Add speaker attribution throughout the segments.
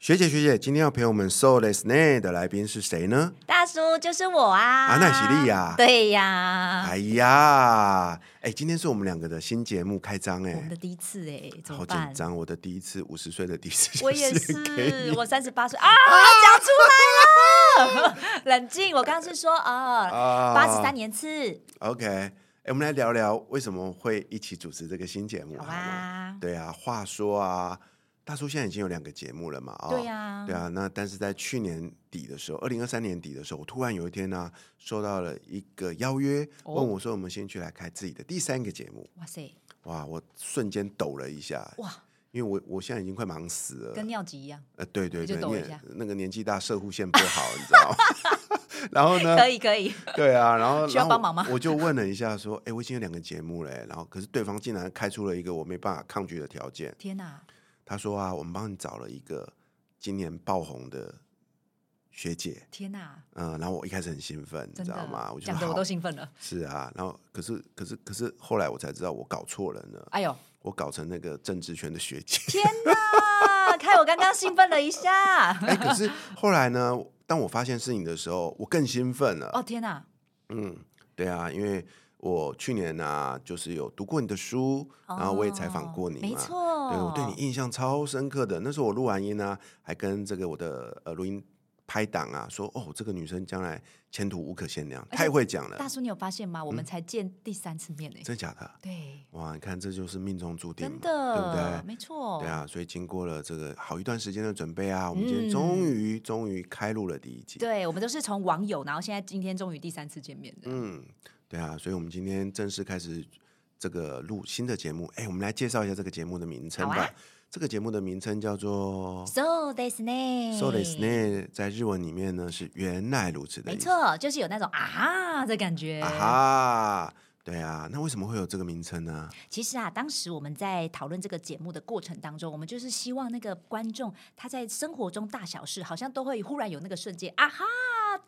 Speaker 1: 学姐学姐，今天要陪我们 Soulless Night 的来宾是谁呢？
Speaker 2: 大叔就是我啊，
Speaker 1: 啊奈喜利呀
Speaker 2: 对呀、
Speaker 1: 哎呀，哎，今天是我们两个的新节目开张
Speaker 2: 我们
Speaker 1: 哎
Speaker 2: 的，第一次哎、怎
Speaker 1: 好
Speaker 2: 么
Speaker 1: 紧
Speaker 2: 办？
Speaker 1: 张，我的第一次，五十岁的第一次，
Speaker 2: 我也
Speaker 1: 给
Speaker 2: 是
Speaker 1: 你，
Speaker 2: 我三十八岁啊，讲出 来了，冷静。我刚刚是说啊，
Speaker 1: 啊
Speaker 2: 八十三年次，
Speaker 1: OK，哎，我们来聊聊为什么会一起主持这个新节目
Speaker 2: 好
Speaker 1: 吗？
Speaker 2: 吧？
Speaker 1: 对啊，话说啊，大叔现在已经有两个节目了嘛，啊、
Speaker 2: 对呀
Speaker 1: 对，啊，那但是在去年底的时候，二零二三年底的时候，我突然有一天呢、收到了一个邀约，
Speaker 2: 哦
Speaker 1: 问我说：“我们先去来开自己的第三个节目。
Speaker 2: 哇塞，”
Speaker 1: 哇，我瞬间抖了一下，
Speaker 2: 哇，
Speaker 1: 因为我我现在已经快忙死了
Speaker 2: 跟。尿急一样，
Speaker 1: 呃，对对
Speaker 2: 你就
Speaker 1: 对，因
Speaker 2: 抖了
Speaker 1: 为
Speaker 2: 一下
Speaker 1: 那个年纪大，射护线不好，你知道吗？然后呢？
Speaker 2: 可以可以，
Speaker 1: 对啊，然后
Speaker 2: 需要
Speaker 1: 然后
Speaker 2: 帮忙吗
Speaker 1: 我就问了一下，说：“哎、我已经有两个节目了欸。”然后可是对方竟然开出了一个我没办法抗拒的条件。
Speaker 2: 天哪，
Speaker 1: 他说啊，我们帮你找了一个今年爆红的学姐，
Speaker 2: 天哪，
Speaker 1: 嗯，然后我一开始很兴奋，你
Speaker 2: 真
Speaker 1: 知道吗？
Speaker 2: 的
Speaker 1: 我，就
Speaker 2: 讲的
Speaker 1: 说
Speaker 2: 我
Speaker 1: 好
Speaker 2: 都兴奋了。
Speaker 1: 是啊，然后可是可是可是后来我才知道我搞错了呢，
Speaker 2: 哎呦，
Speaker 1: 我搞成那个政治圈的学姐。
Speaker 2: 天 哪，看我刚刚兴奋了一下，
Speaker 1: 哎，可是后来呢，当我发现事情的时候，我更兴奋了。
Speaker 2: 哦天哪，
Speaker 1: 嗯，对啊，因为我去年啊，就是有读过你的书，然后我也采访
Speaker 2: 哦
Speaker 1: 过你嘛，
Speaker 2: 没错，
Speaker 1: 对我对你印象超深刻的。那时候我录完音啊，还跟这个我的呃录音拍档啊说，哦，这个女生将来前途无可限量，
Speaker 2: 且
Speaker 1: 太会讲了
Speaker 2: 大，叔，你有发现吗？我们才见第三次面呢、
Speaker 1: 嗯真的假的？
Speaker 2: 对，
Speaker 1: 哇，你看这就是命中注定嘛，
Speaker 2: 真的，
Speaker 1: 对不对？
Speaker 2: 没错，
Speaker 1: 对啊，所以经过了这个好一段时间的准备啊，我们今天终于、终于开录了第一集。
Speaker 2: 嗯对我们都是从网友，然后现在今天终于第三次见面的。
Speaker 1: 嗯，对啊，所以我们今天正式开始这个录新的节目。哎，我们来介绍一下这个节目的名称
Speaker 2: 好
Speaker 1: 吧。
Speaker 2: 啊
Speaker 1: 这个节目的名称叫做
Speaker 2: So this name,
Speaker 1: 哦 “So d e s n a 在日文里面呢是“原来如此”的
Speaker 2: 没
Speaker 1: 意思。
Speaker 2: 错，就是有那种啊哈的感觉。
Speaker 1: 啊哈，对啊，那为什么会有这个名称呢？
Speaker 2: 其实啊，当时我们在讨论这个节目的过程当中，我们就是希望那个观众他在生活中大小事，好像都会忽然有那个瞬间啊哈，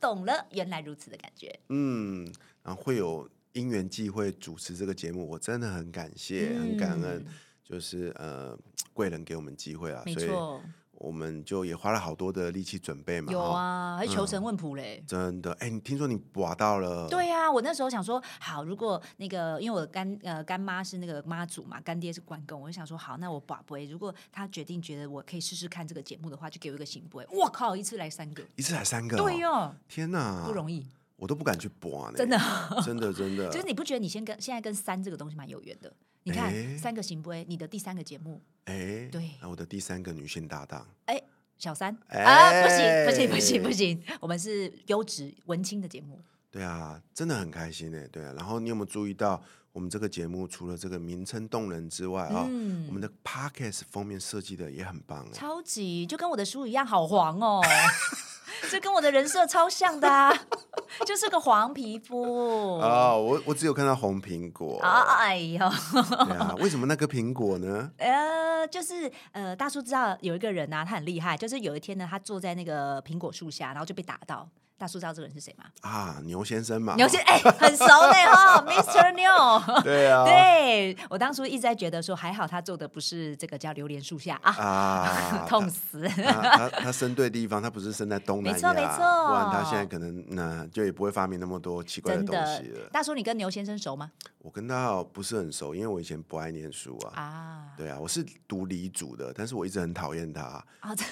Speaker 2: 懂了，原来如此的感觉。
Speaker 1: 嗯，然后会有因缘际会主持这个节目，我真的很感谢，很感恩
Speaker 2: 嗯，
Speaker 1: 就是呃贵人给我们机会啊，
Speaker 2: 没
Speaker 1: 所以
Speaker 2: 错，
Speaker 1: 我们就也花了好多的力气准备嘛。
Speaker 2: 有
Speaker 1: 哈，
Speaker 2: 啊，还求
Speaker 1: 嗯
Speaker 2: 神问卜嘞。
Speaker 1: 真的，哎，你听说你刮到了？
Speaker 2: 对啊呀、我那时候想说，好，如果那个因为我干呃干妈是那个妈祖嘛，干爹是关公，我就想说，好，那我宝贝，如果他决定觉得我可以试试看这个节目的话，就给我一个行不？我靠，一次来三个，
Speaker 1: 一次才三个、哦
Speaker 2: 对哟、
Speaker 1: 天哪，
Speaker 2: 不容易，
Speaker 1: 我都不敢去刮呢，
Speaker 2: 真的，
Speaker 1: 真的，真的，
Speaker 2: 就是你不觉得你先跟现在跟三这个东西蛮有缘的？你看、
Speaker 1: 诶
Speaker 2: 三个行不？你的第三个节目，
Speaker 1: 哎，
Speaker 2: 对
Speaker 1: 那我的第三个女性搭档，
Speaker 2: 哎，小三、啊，不行不行不行
Speaker 1: 哎
Speaker 2: 不行，我们是优质文青的节目，
Speaker 1: 对啊，真的很开心呢。对啊，然后你有没有注意到，我们这个节目除了这个名称动人之外啊、
Speaker 2: 嗯
Speaker 1: 我们的 podcast 封面设计的也很棒哎。
Speaker 2: 超级就跟我的书一样，好 黄哦，这跟我的人设超像的、啊， 就是个黄皮肤
Speaker 1: 啊、我我只有看到红苹果，
Speaker 2: 啊哎呦，
Speaker 1: 对啊，为什么那个苹果呢？
Speaker 2: 呃，就是呃，大叔知道有一个人啊，他很厉害，就是有一天呢，他坐在那个苹果树下，然后就被打到。大叔知道这个人是谁吗？
Speaker 1: 啊，牛先生嘛，
Speaker 2: 牛是哎、很熟 的哈，Mr. 牛。
Speaker 1: 对啊，
Speaker 2: 对我当初一直在觉得说，还好他做的不是这个叫榴莲树下啊，
Speaker 1: 啊，
Speaker 2: 痛 死。
Speaker 1: 他他他生对地方，他不是生在东南亚，
Speaker 2: 没错没错
Speaker 1: 不然他现在可能那、就也不会发明那么多奇怪的
Speaker 2: 真
Speaker 1: 东
Speaker 2: 的
Speaker 1: 西了，。
Speaker 2: 大叔，你跟牛先生熟吗？
Speaker 1: 我跟他不是很熟，因为我以前不爱念书啊。
Speaker 2: 啊，
Speaker 1: 对啊，我是读理组的，但是我一直很讨厌 他。
Speaker 2: 啊，这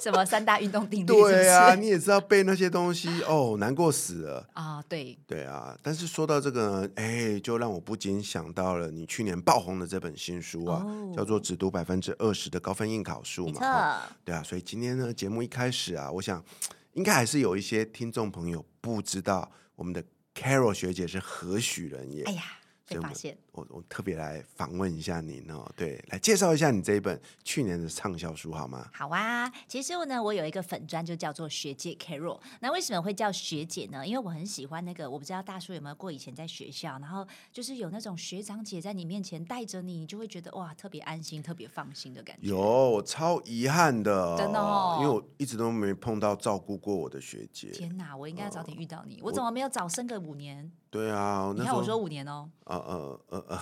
Speaker 2: 什么三大运动定律是不是？
Speaker 1: 对啊，你也知道背那些东西哦，难过死了。
Speaker 2: 啊，对，
Speaker 1: 对啊，但是说到这个，哎，就让我不禁想到了你去年爆红的这本新书啊，
Speaker 2: 哦
Speaker 1: 叫做《只读百分之二十的高分应考术》
Speaker 2: 没
Speaker 1: 嘛。
Speaker 2: 错，
Speaker 1: 哈对啊，所以今天呢，节目一开始啊，我想应该还是有一些听众朋友不知道我们的 Carol 学姐是何许人也。
Speaker 2: 哎呀，
Speaker 1: 所以
Speaker 2: 被
Speaker 1: 我
Speaker 2: 发
Speaker 1: 们
Speaker 2: 现。
Speaker 1: 我我特别来访问一下您哦，对，来介绍一下你这一本去年的畅销书好吗？
Speaker 2: 好啊，其实呢，我有一个粉砖就叫做学姐 Carol。那为什么会叫学姐呢？因为我很喜欢那个，我不知道大叔有没有过以前在学校，然后就是有那种学长姐在你面前带着你，你就会觉得哇，特别安心、特别放心的感 觉。
Speaker 1: 有，我超遗憾的，
Speaker 2: 真的哦
Speaker 1: 因为我一直都没碰到照顾过我的学姐。
Speaker 2: 天哪，我应该早点遇到你，我怎么没有早生个五年？
Speaker 1: 对啊，
Speaker 2: 你
Speaker 1: 那时
Speaker 2: 看我说
Speaker 1: 候，
Speaker 2: 五年哦，
Speaker 1: 呃呃呃呃，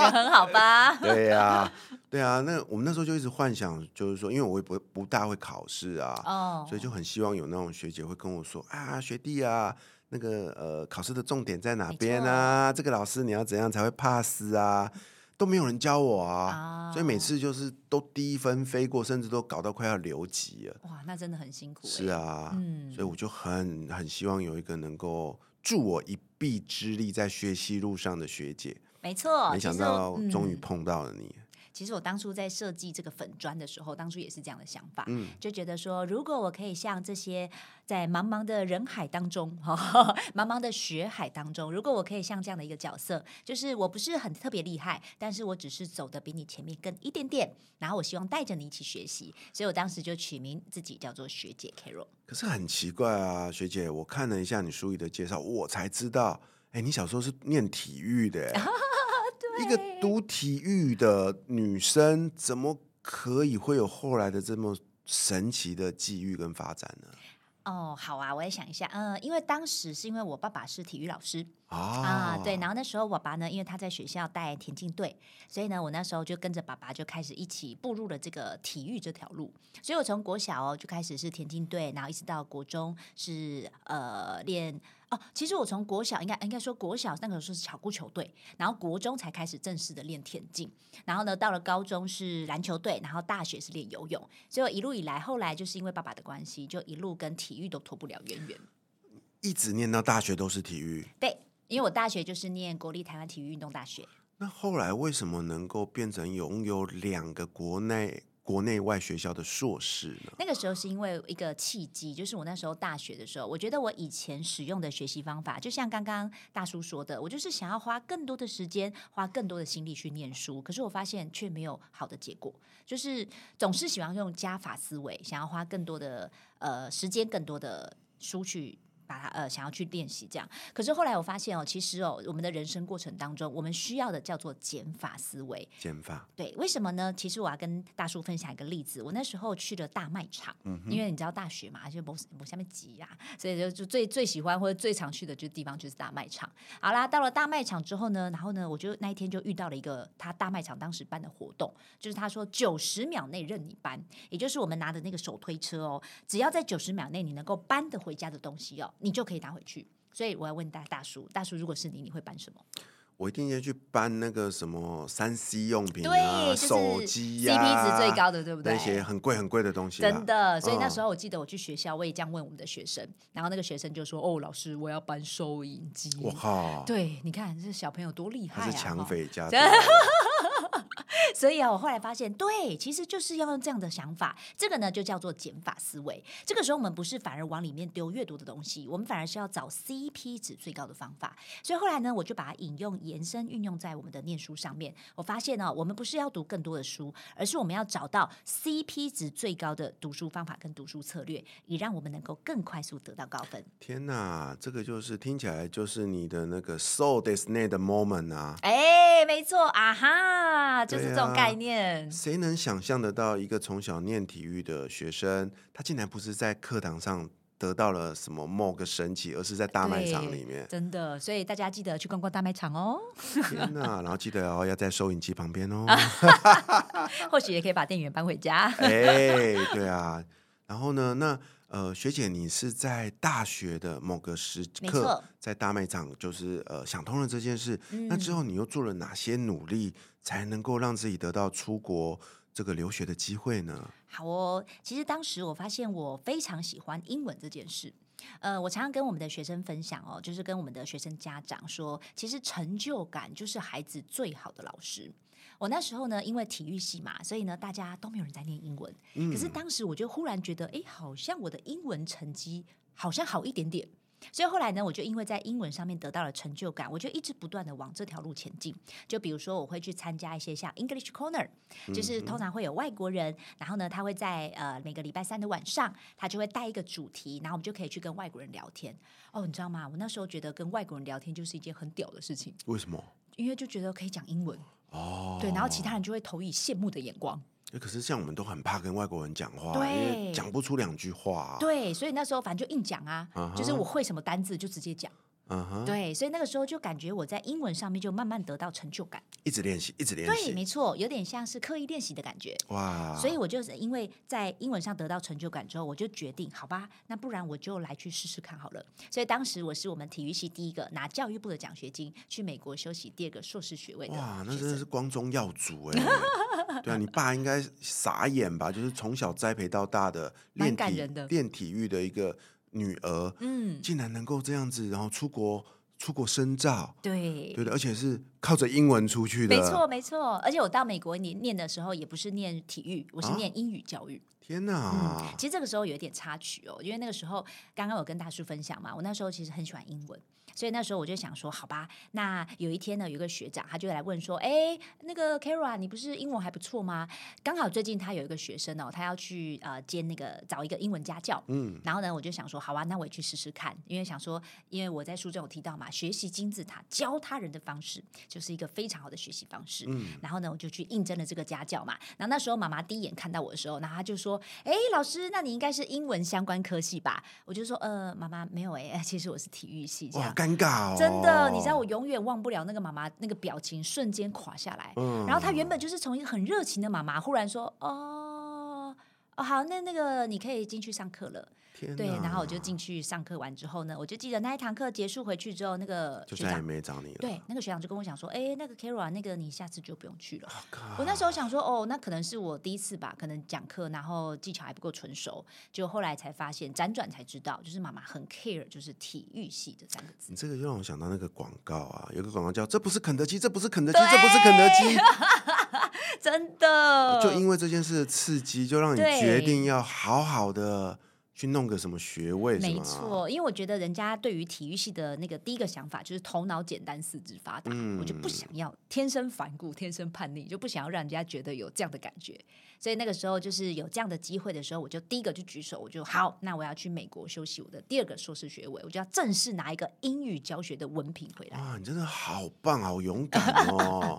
Speaker 2: 人很好吧？
Speaker 1: 对啊，对啊，那我们那时候就一直幻想，就是说，因为我也不不大会考试啊，
Speaker 2: 哦，
Speaker 1: 所以就很希望有那种学姐会跟我说啊，学弟啊，那个呃，考试的重点在哪
Speaker 2: 没
Speaker 1: 边啊？这个老师你要怎样才会 pass 啊？都没有人教我啊，
Speaker 2: 啊
Speaker 1: 所以每次就是都低分飞过，甚至都搞到快要留级了。
Speaker 2: 哇，那真的很辛苦、欸。
Speaker 1: 是，啊，
Speaker 2: 嗯
Speaker 1: 所以我就很很希望有一个能够助我一臂之力在学习路上的学姐。
Speaker 2: 没错。
Speaker 1: 没想
Speaker 2: 其实
Speaker 1: 到
Speaker 2: 嗯
Speaker 1: 终于碰到了你，
Speaker 2: 其实我当初在设计这个粉砖的时候，当初也是这样的想法，
Speaker 1: 嗯
Speaker 2: 就觉得说，如果我可以像这些在茫茫的人海当中，哈、茫茫的学海当中，如果我可以像这样的一个角色，就是我不是很特别厉害，但是我只是走的比你前面更一点点，然后我希望带着你一起学习，所以我当时就取名自己叫做学姐 Carol。
Speaker 1: 可是很奇怪啊，学姐，我看了一下你书里的介绍，我才知道，哎，你小时候是念体育的
Speaker 2: 啊
Speaker 1: 欸，一个读体育的女生，怎么可以会有后来的这么神奇的际遇跟发展呢？
Speaker 2: 哦，好啊，我也想一下，嗯、因为当时是因为我爸爸是体育老师，
Speaker 1: 啊
Speaker 2: 啊，对，然后那时候我爸呢，因为他在学校带田径队，所以呢，我那时候就跟着爸爸就开始一起步入了这个体育这条路。所以我从国小哦就开始是田径队，然后一直到国中是呃练哦，其实我从国小应该应该说国小那个时候是巧固球队，然后国中才开始正式的练田径，然后呢到了高中是篮球队，然后大学是练游泳。所以我一路以来，后来就是因为爸爸的关系，就一路跟体育都脱不了渊源。
Speaker 1: 一直念到大学都是体育，
Speaker 2: 对，因为我大学就是念国立台湾体育运动大学。
Speaker 1: 那后来为什么能够变成拥有两个国内国内外学校的硕士呢？
Speaker 2: 那个时候是因为一个契机，就是我那时候大学的时候，我觉得我以前使用的学习方法，就像刚刚大叔说的，我就是想要花更多的时间，花更多的心力去念书，可是我发现却没有好的结果，就是总是喜欢用加法思维，想要花更多的呃时间，更多的书去。把它呃想要去练习这样，可是后来我发现哦，其实哦，我们的人生过程当中，我们需要的叫做减法思维。
Speaker 1: 减法，
Speaker 2: 对，为什么呢？其实我要跟大叔分享一个例子。我那时候去了大卖场，
Speaker 1: 嗯
Speaker 2: 因为你知道大学嘛，就某某下面挤呀，所以就就最最喜欢或者最常去的就地方就是大卖场。好啦，到了大卖场之后呢，然后呢，我就那一天就遇到了一个他大卖场当时办的活动，就是他说九十秒内任你搬，也就是我们拿的那个手推车哦，只要在九十秒内你能够搬得回家的东西哦，你就可以拿回去。所以我要问大大叔，大叔如果是你，你会搬什么？
Speaker 1: 我一定先去搬那个什么三 C 用品啊、
Speaker 2: 对，就是
Speaker 1: 手机呀、
Speaker 2: CP 值最高的，对不对？
Speaker 1: 那些很贵很贵的东西啦，
Speaker 2: 真的，所以那
Speaker 1: 嗯
Speaker 2: 时候我记得我去学校，我也这样问我们的学生，然后那个学生就说：“哦，老师，我要搬收银机。
Speaker 1: 我靠，”
Speaker 2: 对，你看这小朋友多厉
Speaker 1: 他
Speaker 2: 害啊！
Speaker 1: 是抢
Speaker 2: 哈
Speaker 1: 匪家族
Speaker 2: 真，所以啊，我后来发现，对，其实就是要用这样的想法，这个呢就叫做减法思维。这个时候我们不是反而往里面丢越多的东西，我们反而是要找 CP 值最高的方法。所以后来呢，我就把它引用、延伸、运用在我们的念书上面。我发现哦，我们不是要读更多的书，而是我们要找到 CP 值最高的读书方法跟读书策略，以让我们能够更快速得到高分。
Speaker 1: 天哪，这个就是听起来就是你的那个 so Disney 的 moment 啊，
Speaker 2: 哎，没错啊哈，就是
Speaker 1: 对
Speaker 2: 这种
Speaker 1: 啊
Speaker 2: 概念。
Speaker 1: 谁能想象得到一个从小念体育的学生，他竟然不是在课堂上得到了什么某个神奇，而是在大卖场里 面。
Speaker 2: 真的，所以大家记得去逛逛大卖场哦，
Speaker 1: 天哪！然后记得哦，要在收银机旁 边哦。
Speaker 2: 或许也可以把店员搬回家。
Speaker 1: 哎，对啊。然后呢，那呃，学姐，你是在大学的某个时
Speaker 2: 没
Speaker 1: 刻
Speaker 2: 错，
Speaker 1: 在大卖场，就是呃，想通了这件事。那
Speaker 2: 嗯
Speaker 1: 之后，你又做了哪些努力，才能够让自己得到出国这个留学的机会呢？
Speaker 2: 好哦，其实当时我发现我非常喜欢英文这件事。呃，我常常跟我们的学生分享哦，就是跟我们的学生家长说，其实成就感就是孩子最好的老师。我那时候呢，因为体育系嘛，所以呢，大家都没有人在念英文。可是当时我就忽然觉得，哎，好像我的英文成绩好像好一点点。所以后来呢，我就因为在英文上面得到了成就感，我就一直不断的往这条路前进。就比如说，我会去参加一些像 English Corner，就是
Speaker 1: 嗯
Speaker 2: 通常会有外国人，然后呢，他会在呃每个礼拜三的晚上，他就会带一个主题，然后我们就可以去跟外国人聊天。哦，你知道吗？我那时候觉得跟外国人聊天就是一件很屌的事情，
Speaker 1: 为什么？
Speaker 2: 因为就觉得可以讲英文，
Speaker 1: 哦，
Speaker 2: 对，然后其他人就会投以羡慕的眼光。
Speaker 1: 欸可是像我们都很怕跟外国人讲话，
Speaker 2: 对
Speaker 1: 因为讲不出两句话、啊。
Speaker 2: 对，所以那时候反正就硬讲啊
Speaker 1: 啊哈
Speaker 2: 就是我会什么单字就直接讲。
Speaker 1: 嗯哼，
Speaker 2: 对，所以那个时候就感觉我在英文上面就慢慢得到成就感。
Speaker 1: 一直练习，一直练
Speaker 2: 对，
Speaker 1: 习，
Speaker 2: 没错，有点像是刻意练习的感觉。
Speaker 1: 哇！
Speaker 2: 所以我就是因为在英文上得到成就感之后，我就决定，好吧，那不然我就来去试试看好了。所以当时我是我们体育系第一个拿教育部的奖学金去美国修习第二个硕士学位的
Speaker 1: 哇，那
Speaker 2: 学
Speaker 1: 真的
Speaker 2: 生
Speaker 1: 是光宗耀祖 哎、对啊，你爸应该傻眼吧？就是从小栽培到大的
Speaker 2: 蛮
Speaker 1: 练
Speaker 2: 感
Speaker 1: 体
Speaker 2: 人的
Speaker 1: 练体育的一个女儿，
Speaker 2: 嗯，
Speaker 1: 竟然能够这样子，然后出国出国深造，
Speaker 2: 对。
Speaker 1: 对的，而且是靠着英文出去的。
Speaker 2: 没错，，没错，而且我到美国念念的时候，也不是念体育，我是
Speaker 1: 啊
Speaker 2: 念英语教育。
Speaker 1: 天哪！
Speaker 2: 嗯其实这个时候有一点插曲哦，因为那个时候刚刚有跟大叔分享嘛，我那时候其实很喜欢英文，所以那时候我就想说，好吧，那有一天呢，有一个学长他就来问说，哎，那个 Kara，你不是英文还不错吗？刚好最近他有一个学生哦，他要去呃兼那个找一个英文家教，
Speaker 1: 嗯，
Speaker 2: 然后呢，我就想说，好啊，那我也去试试看，因为想说，因为我在书中有提到嘛，学习金字塔教他人的方式，就是一个非常好的学习方式。
Speaker 1: 嗯
Speaker 2: 然后呢，我就去应征了这个家教嘛。然后那时候妈妈第一眼看到我的时候，然后她就说：“哎，老师，那你应该是英文相关科系吧？”我就说：“呃，妈妈没有哎、 其实我是体育系这
Speaker 1: 哇，好
Speaker 2: 样。”
Speaker 1: 尴尬哦！
Speaker 2: 真的，你知道我，永远忘不了那个妈妈那个表情瞬间垮下来。
Speaker 1: 嗯
Speaker 2: 然后她原本就是从一个很热情的妈妈，忽然说：“哦，哦好，那那个你可以进去上课了。”
Speaker 1: 天
Speaker 2: 对，
Speaker 1: 哪
Speaker 2: 然后我就进去上课完之后呢，我就记得那一堂课结束回去之后，那个
Speaker 1: 就
Speaker 2: 学
Speaker 1: 再也
Speaker 2: 长
Speaker 1: 没找你了。
Speaker 2: 对那个学长就跟我讲说，哎，那个 Kara，那个你下次就不用去了。
Speaker 1: 靠，
Speaker 2: 我那时候想说，哦，那可能是我第一次吧，可能讲课然后技巧还不够纯熟，就后来才发现，辗转才知道，就是妈妈很 care 就是体育系的三个字
Speaker 1: 你。这个又让我想到那个广告啊，有个广告叫“这不是肯德基，这不是肯德基，这不是肯德基”，
Speaker 2: 真的，
Speaker 1: 就因为这件事的刺激，就让你
Speaker 2: 呃对
Speaker 1: 决定要好好的去弄个什么啊学位，是
Speaker 2: 没
Speaker 1: 吗？
Speaker 2: 错，因为我觉得人家对于体育系的那个第一个想法就是头脑简单，四肢发达，我就不想
Speaker 1: 嗯
Speaker 2: 要天生反骨、天生叛逆，就不想要让人家觉得有这样的感觉。所以那个时候就是有这样的机会的时候，我就第一个就举手，我就好，那我要去美国修习我的第二个硕士学位，我就要正式拿一个英语教学的文凭回来，
Speaker 1: 哇，你真的好棒，好勇敢 哦！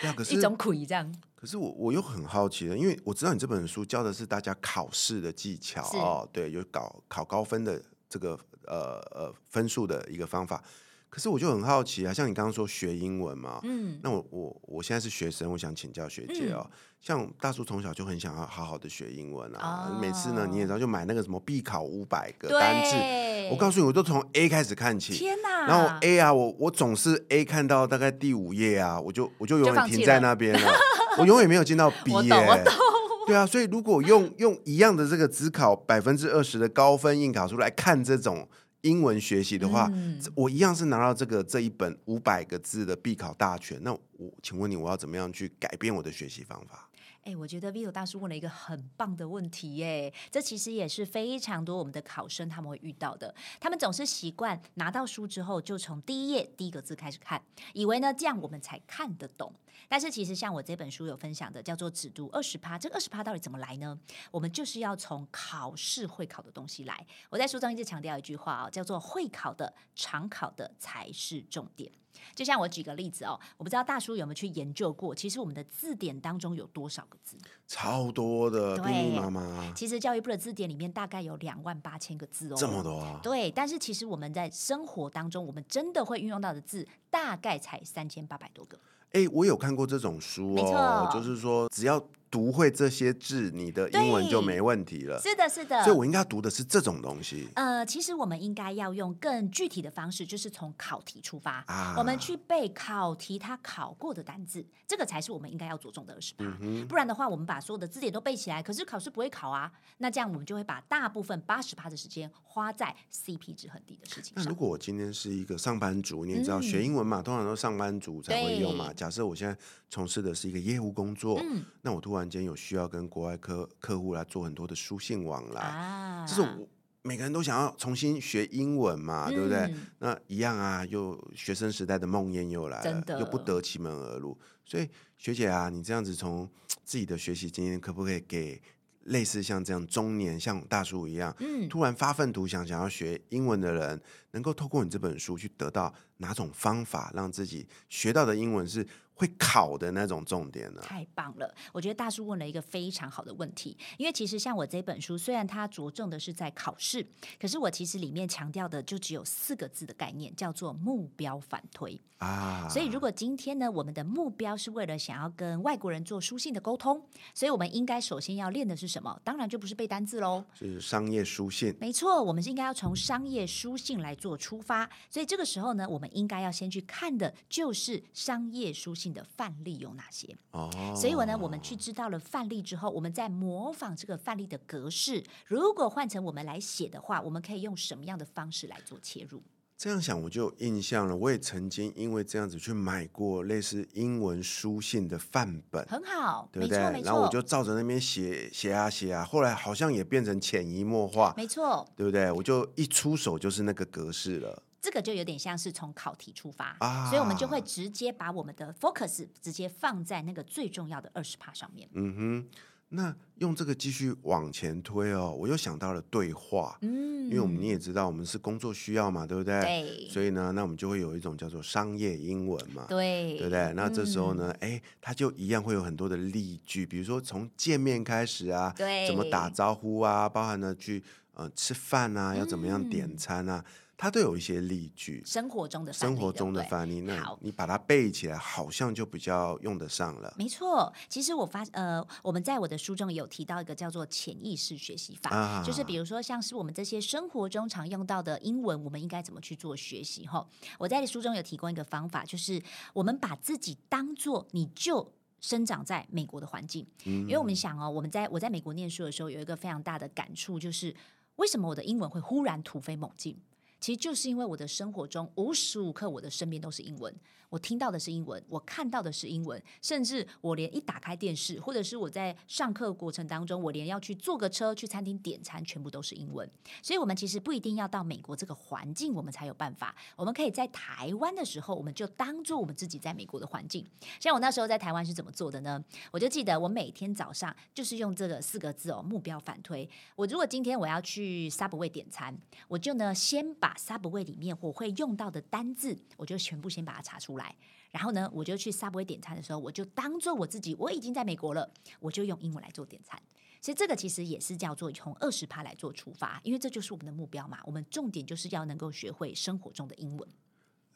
Speaker 1: 对啊，可
Speaker 2: 一
Speaker 1: 是
Speaker 2: 种苦这样。
Speaker 1: 可是我我又很好奇了，因为我知道你这本书教的是大家考试的技巧
Speaker 2: 是
Speaker 1: 哦，对，有考考高分的这个呃呃分数的一个方法。可是我就很好奇啊，像你刚刚说学英文嘛，
Speaker 2: 嗯，
Speaker 1: 那我我我现在是学生，我想请教学姐哦。像大叔从小就很想要好好的学英文啊，每次呢
Speaker 2: 哦
Speaker 1: 你也知道，就买那个什么必考五百个单字，
Speaker 2: 对，
Speaker 1: 我告诉你，我都从 A 开始看起。
Speaker 2: 天哪，
Speaker 1: 然后 A 啊，我我总是 A 看到大概第五页啊，我就我就永
Speaker 2: 就放
Speaker 1: 远
Speaker 2: 弃
Speaker 1: 停在那边 了，我永远没有进到 B
Speaker 2: 我
Speaker 1: 耶、
Speaker 2: 懂我懂
Speaker 1: 对啊，所以如果用用一样的这个只考百分之二十的高分应考书来看这种英文学习的话，
Speaker 2: 嗯
Speaker 1: 这我一样是拿到这个这一本五百个字的必考大全。那我请问你，我要怎么样去改变我的学习方法？
Speaker 2: 哎，我觉得 Vito 大叔问了一个很棒的问题耶，这其实也是非常多我们的考生他们会遇到的。他们总是习惯拿到书之后就从第一页第一个字开始看，以为呢这样我们才看得懂。但是其实像我这本书有分享的，叫做“只读二十趴”，这个二十趴到底怎么来呢？我们就是要从考试会考的东西来。我在书中一直强调一句话哦，叫做“会考的、常考的才是重点”。就像我举个例子哦，我不知道大叔有没有去研究过，其实我们的字典当中有多少个字？
Speaker 1: 超多的，
Speaker 2: 对
Speaker 1: 密密麻麻，
Speaker 2: 其实教育部的字典里面大概有两万八千个字哦，
Speaker 1: 这么。多啊！
Speaker 2: 对，但是其实我们在生活当中，我们真的会运用到的字大概才三千八百多个。
Speaker 1: 哎，我有看过这种书
Speaker 2: 没
Speaker 1: 哦，
Speaker 2: 错
Speaker 1: 就是说只要读会这些字，你的英文就
Speaker 2: 对
Speaker 1: 没问题了。
Speaker 2: 是的，是的。
Speaker 1: 呃所以我应该读的是这种东西
Speaker 2: 呃，其实我们应该要用更具体的方式，就是从考题出发，
Speaker 1: 啊。
Speaker 2: 我们去背考题它考过的单字，这个才是我们应该要着重的二十
Speaker 1: 嗯
Speaker 2: 趴。不然的话，我们把所有的字典都背起来，可是考试不会考啊。那这样我们就会把大部分八十趴的时间花在 CP 值很低的事情
Speaker 1: 那
Speaker 2: 上
Speaker 1: 如。果我今天是一个上班族，你也知道、
Speaker 2: 嗯
Speaker 1: 学英文嘛，通常都上班族才会用嘛。
Speaker 2: 对
Speaker 1: 假设我现在从事的是一个业务工作，
Speaker 2: 嗯
Speaker 1: 那我突然间有需要跟国外客客户来做很多的书信往来，
Speaker 2: 啊，
Speaker 1: 这是我每个人都想要重新学英文嘛，对不对
Speaker 2: 嗯？
Speaker 1: 那一样啊，又学生时代的梦魇又来
Speaker 2: 真
Speaker 1: 了，
Speaker 2: 的
Speaker 1: 又不得其门而入。所以学姐啊，你这样子从自己的学习经验，可不可以给类似像这样中年像大叔一样，
Speaker 2: 嗯，
Speaker 1: 突然发愤图强想要学英文的人，能够透过你这本书去得到哪种方法，让自己学到的英文是会考的那种重点呢？
Speaker 2: 太棒了！我觉得大叔问了一个非常好的问题，因为其实像我这本书，虽然它着重的是在考试，可是我其实里面强调的就只有四个字的概念，叫做目标反推。
Speaker 1: 啊，
Speaker 2: 所以，如果今天呢，我们的目标是为了想要跟外国人做书信的沟通，所以我们应该首先要练的是什么？当然就不是背单字喽。
Speaker 1: 是商业书信，
Speaker 2: 没错，我们是应该要从商业书信来做出发，所以这个时候呢，我们应该要先去看的就是商业书信的范例有哪些。
Speaker 1: 哦，
Speaker 2: 所以我呢，我们去知道了范例之后，我们再模仿这个范例的格式。如果换成我们来写的话，我们可以用什么样的方式来做切入？
Speaker 1: 这样想我就有印象了。我也曾经因为这样子去买过类似英文书信的范本，
Speaker 2: 很好，
Speaker 1: 对不
Speaker 2: 没
Speaker 1: 对
Speaker 2: 错，没？
Speaker 1: 然后我就
Speaker 2: 错，
Speaker 1: 照着那边写写啊写啊，后来好像也变成潜移默化，
Speaker 2: 没错。
Speaker 1: 对不对？我就一出手就是那个格式了。
Speaker 2: 这个就有点像是从考题出发，
Speaker 1: 啊
Speaker 2: 所以我们就会直接把我们的 focus 直接放在那个最重要的二十趴上面。
Speaker 1: 嗯哼，那用这个继续往前推哦，我又想到了对话，
Speaker 2: 嗯，
Speaker 1: 因为我们你也知道，我们是工作需要嘛，对不对？
Speaker 2: 对
Speaker 1: 所以呢，那我们就会有一种叫做商业英文嘛，
Speaker 2: 对
Speaker 1: 对不对？那这时候呢，
Speaker 2: 嗯
Speaker 1: 哎、它就一样会有很多的例句，比如说从见面开始啊，
Speaker 2: 对
Speaker 1: 怎么打招呼啊，包含了去呃吃饭啊，要怎么样
Speaker 2: 嗯
Speaker 1: 点餐啊，它都有一些例句。
Speaker 2: 生活中的范
Speaker 1: 生
Speaker 2: 例
Speaker 1: 活中的
Speaker 2: 对不对
Speaker 1: 翻译，那
Speaker 2: 好
Speaker 1: 你把它背起来，好像就比较用得上了。
Speaker 2: 没错，其实我发呃，我们在我的书中有提到一个叫做潜意识学习法，
Speaker 1: 啊
Speaker 2: 嗯就是比如说像是我们这些生活中常用到的英文，我们应该怎么去做学习？哈，我在书中有提供一个方法，就是我们把自己当做你就。生长在美国的环境，因为我们想哦，我们在我在美国念书的时候，有一个非常大的感触，就是为什么我的英文会忽然突飞猛进？其实就是因为我的生活中无时无刻我的身边都是英文，我听到的是英文，我看到的是英文，甚至我连一打开电视，或者是我在上课过程当中，我连要去坐个车去餐厅点餐，全部都是英文。所以，我们其实不一定要到美国这个环境，我们才有办法。我们可以在台湾的时候，我们就当做我们自己在美国的环境。像我那时候在台湾是怎么做的呢？我就记得我每天早上就是用这个四个字哦，目标反推。我如果今天我要去 Subway 点餐，我就呢先把 Subway 里面我会用到的单字，我就全部先把它查出来。然后呢，我就去 Subway 点餐的时候，我就当做我自己我已经在美国了，我就用英文来做点餐。所以这个其实也是叫做从二十趴来做出发，因为这就是我们的目标嘛。我们重点就是要能够学会生活中的英文。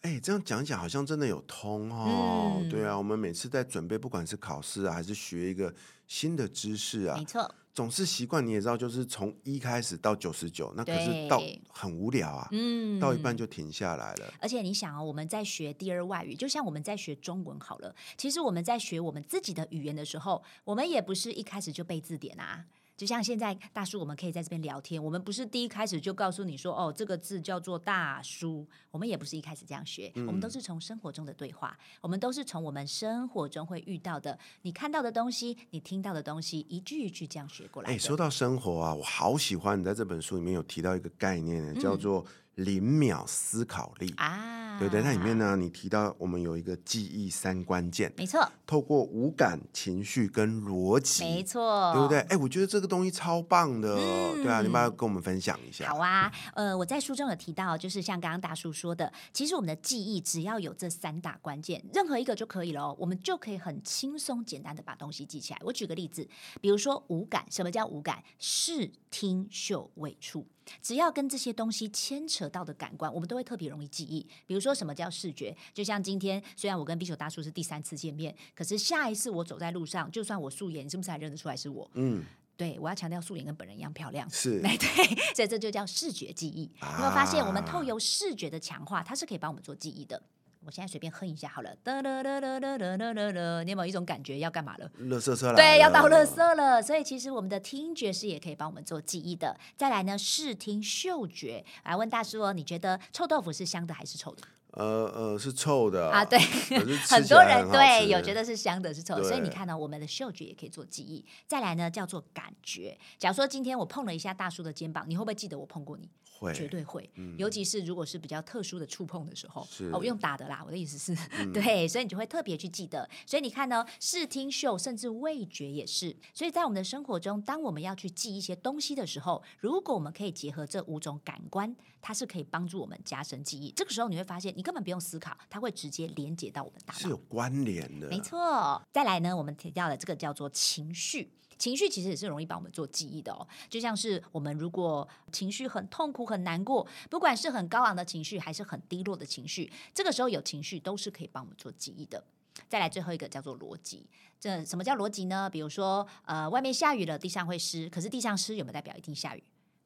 Speaker 1: 哎，这样讲一讲好像真的有通哦。
Speaker 2: 嗯
Speaker 1: 对啊，我们每次在准备，不管是考试啊，还是学一个新的知识啊
Speaker 2: 没，错，
Speaker 1: 总是习惯你也知道，就是从一开始到九十九，那可是
Speaker 2: 对
Speaker 1: 到很无聊啊，
Speaker 2: 嗯
Speaker 1: 到一半就停下来了。
Speaker 2: 而且你想哦，我们在学第二外语，就像我们在学中文好了，其实我们在学我们自己的语言的时候，我们也不是一开始就背字典啊。就像现在大叔，我们可以在这边聊天，我们不是第一开始就告诉你说，哦，这个字叫做大叔，我们也不是一开始这样学，
Speaker 1: 嗯
Speaker 2: 我们都是从生活中的对话，我们都是从我们生活中会遇到的，你看到的东西，你听到的东西，一句一句这样学过来
Speaker 1: 哎，
Speaker 2: 的。
Speaker 1: 说到生活啊，我好喜欢你在这本书里面有提到一个概念呢，叫做零秒思考力。
Speaker 2: 嗯啊，
Speaker 1: 对不对，那里面，呢，你提到我们有一个记忆三关键，
Speaker 2: 没错，
Speaker 1: 透过五感、情绪跟逻辑，
Speaker 2: 没错，嗯
Speaker 1: 对不对？？哎，我觉得这个东西超棒的，对啊，你们要跟我们分享一下。
Speaker 2: 好啊，呃，我在书中有提到，就是像刚刚大叔说的，其实我们的记忆只要有这三大关键，任何一个就可以了哦，我们就可以很轻松简单的把东西记起来。我举个例子，比如说五感，什么叫五感？视听嗅味触。只要跟这些东西牵扯到的感官，我们都会特别容易记忆。比如说什么叫视觉？就像今天，虽然我跟比球大叔是第三次见面，可是下一次我走在路上，就算我素颜，你是不是还认得出来是我？
Speaker 1: 嗯，
Speaker 2: 对我要强调素颜跟本人一样漂亮。
Speaker 1: 是
Speaker 2: 哎， 对，所以这就叫视觉记忆。你有没有发现，我们透
Speaker 1: 啊
Speaker 2: 由视觉的强化，它是可以帮我们做记忆的。我现在随便哼一下好了，哒哒哒哒哒哒哒哒哒，你有没有一种感觉要干嘛了？
Speaker 1: 乐色车来
Speaker 2: 对，要到
Speaker 1: 乐
Speaker 2: 垃圾了。所以其实我们的听觉是也可以帮我们做记忆的。再来呢，视听嗅觉，来问大叔哦，你觉得臭豆腐是香的还是臭的？
Speaker 1: 呃呃是臭的
Speaker 2: 啊，对，
Speaker 1: 可是吃
Speaker 2: 很
Speaker 1: 起
Speaker 2: 多
Speaker 1: 来
Speaker 2: 人
Speaker 1: 好
Speaker 2: 对
Speaker 1: 吃
Speaker 2: 有觉得是香的，是臭的，所以你
Speaker 1: 对
Speaker 2: 看呢，我们的嗅觉也可以做记忆。再来呢，叫做感觉。假如说今天我碰了一下大叔的肩膀，你会不会记得我碰过你？
Speaker 1: 会嗯
Speaker 2: 绝对会，尤其是如果是比较特殊的触碰的时候，
Speaker 1: 是嗯
Speaker 2: 哦，我用打的啦。我的意思是， 对，所以你就会特别去记得。所以你看呢，视听嗅甚至味觉也是。所以在我们的生活中，当我们要去记一些东西的时候，如果我们可以结合这五种感官，它是可以帮助我们加深记忆。这个时候你会发现，你根本不用思考，它会直接连接到我们大
Speaker 1: 是
Speaker 2: 脑
Speaker 1: 有。关联的，
Speaker 2: 没错。再来呢，我们提到了这个叫做情绪。情绪其实也是容易帮我们做记忆的哦，就像是我们如果情绪很痛苦、很难过，不管是很高昂的情绪还是很低落的情绪，这个时候有情绪都是可以帮我们做记忆的。再来最后一个叫做逻辑，这什么叫逻辑呢？比如说，呃，外面下雨了，地上会湿，可是地上湿有没有代表一定下雨？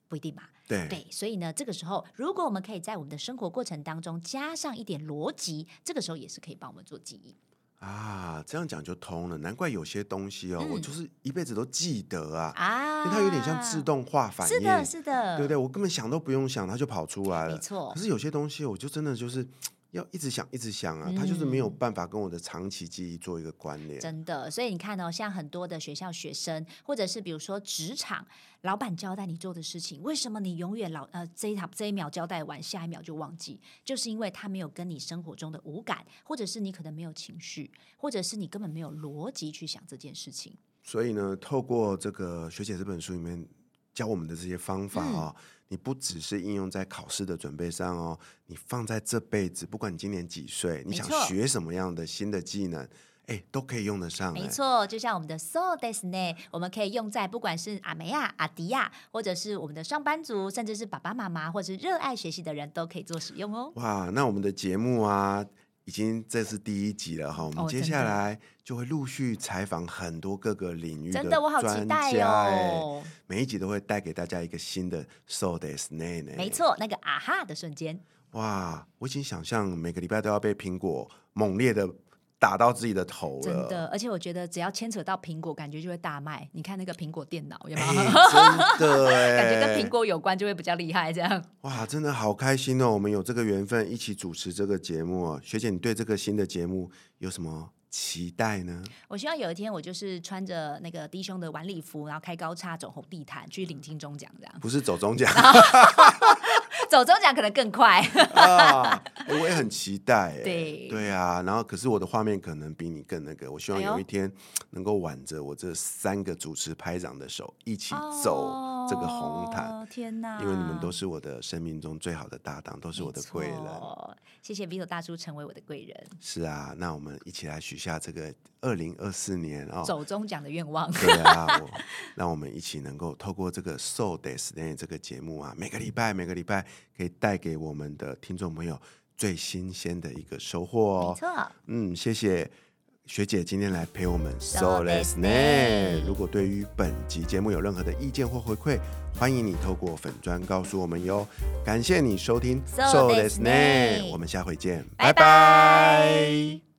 Speaker 2: 不一定嘛，
Speaker 1: 对
Speaker 2: 对，所以呢，这个时候如果我们可以在我们的生活过程当中加上一点逻辑，这个时候也是可以帮我们做记忆。
Speaker 1: 啊，这样讲就通了，难怪有些东西哦，我
Speaker 2: 嗯
Speaker 1: 就是一辈子都记得啊，
Speaker 2: 啊，
Speaker 1: 因为它有点像自，动化反应，
Speaker 2: 是的，是的，
Speaker 1: 对不对？我根本想都不用想，它就跑出来了。
Speaker 2: 没错
Speaker 1: 可是有些东西，我就真的就是要一直想，一直想啊，它就是没有
Speaker 2: 嗯
Speaker 1: 办法跟我的长期记忆做一个关联。
Speaker 2: 真的，所以你看哦，像很多的学校学生，或者是比如说职场老板交代你做的事情，为什么你永远老呃这一堂这一秒交代完，下一秒就忘记？就是因为他没有跟你生活中的无感，或者是你可能没有情绪，或者是你根本没有逻辑去想这件事情。
Speaker 1: 所以呢，透过这个学姐这本书里面教我们的这些方
Speaker 2: 嗯
Speaker 1: 法啊、你不只是应用在考试的准备上哦，你放在这辈子，不管你今年几岁，你
Speaker 2: 没
Speaker 1: 想
Speaker 2: 错
Speaker 1: 学什么样的新的技能，哎，都可以用得上。
Speaker 2: 没
Speaker 1: 哎
Speaker 2: 错，就像我们的 so d e s n 我们可以用在不管是阿梅亚、阿迪亚，或者是我们的上班族，甚至是爸爸妈妈，或者是热爱学习的人都可以做使用哦。
Speaker 1: 哇，那我们的节目啊，已经这是第一集了哈，我们
Speaker 2: 哦
Speaker 1: 接
Speaker 2: 真
Speaker 1: 下
Speaker 2: 的
Speaker 1: 来就会陆续采访很多各个领域
Speaker 2: 真的，我好期
Speaker 1: 专
Speaker 2: 待
Speaker 1: 家哎，
Speaker 2: 哦！
Speaker 1: 每一集都会带给大家一个新的 so this 内内，
Speaker 2: 没，错，那个啊哈的瞬间，
Speaker 1: 哇，我已经想象每个礼拜都要被苹果猛烈的打到自己的头了，
Speaker 2: 真的，而且我觉得只要牵扯到苹果，感觉就会大卖。你看那个苹果电脑有没
Speaker 1: 哎，
Speaker 2: 有？
Speaker 1: 真的哎，
Speaker 2: 感觉跟苹果有关就会比较厉害，这样
Speaker 1: 哇，真的好开心哦！我们有这个缘分一起主持这个节目哦，学姐，你对这个新的节目有什么期待呢？
Speaker 2: 我希望有一天我就是穿着那个低胸的晚礼服，然后开高叉走红地毯去领金钟奖，这样
Speaker 1: 不是走中奖。
Speaker 2: 走中奖可能更快。
Speaker 1: 啊，欸我也很期待、欸。
Speaker 2: 对
Speaker 1: 啊，然后可是我的画面可能比你更那个，我希望
Speaker 2: 哎呦
Speaker 1: 有一天能够挽着我这三个主持拍掌的手一起走这个红毯，
Speaker 2: 哦，天哪！
Speaker 1: 因为你们都是我的生命中最好的搭档，都是我的贵人
Speaker 2: 没。错。谢谢 Vito 大叔成为我的贵人，
Speaker 1: 是啊，那我们一起来许下这个二零二四年哦。
Speaker 2: 走中奖的愿望。
Speaker 1: 对啊，我让我们一起能够透过这个 Soul Days 这个节目啊，每个礼拜每个礼拜可以带给我们的听众朋友最新鲜的一个收获
Speaker 2: 没
Speaker 1: 哦。
Speaker 2: 错。
Speaker 1: 嗯，谢谢学姐今天来陪我们 So Let's
Speaker 2: So let's
Speaker 1: n a
Speaker 2: name
Speaker 1: 如果对于本集节目有任何的意见或回馈，欢迎你透过粉砖告诉我们哟。感谢你收听
Speaker 2: So
Speaker 1: So
Speaker 2: let's
Speaker 1: Let's n a
Speaker 2: name
Speaker 1: 我们下回见，拜
Speaker 2: 拜
Speaker 1: 拜
Speaker 2: 拜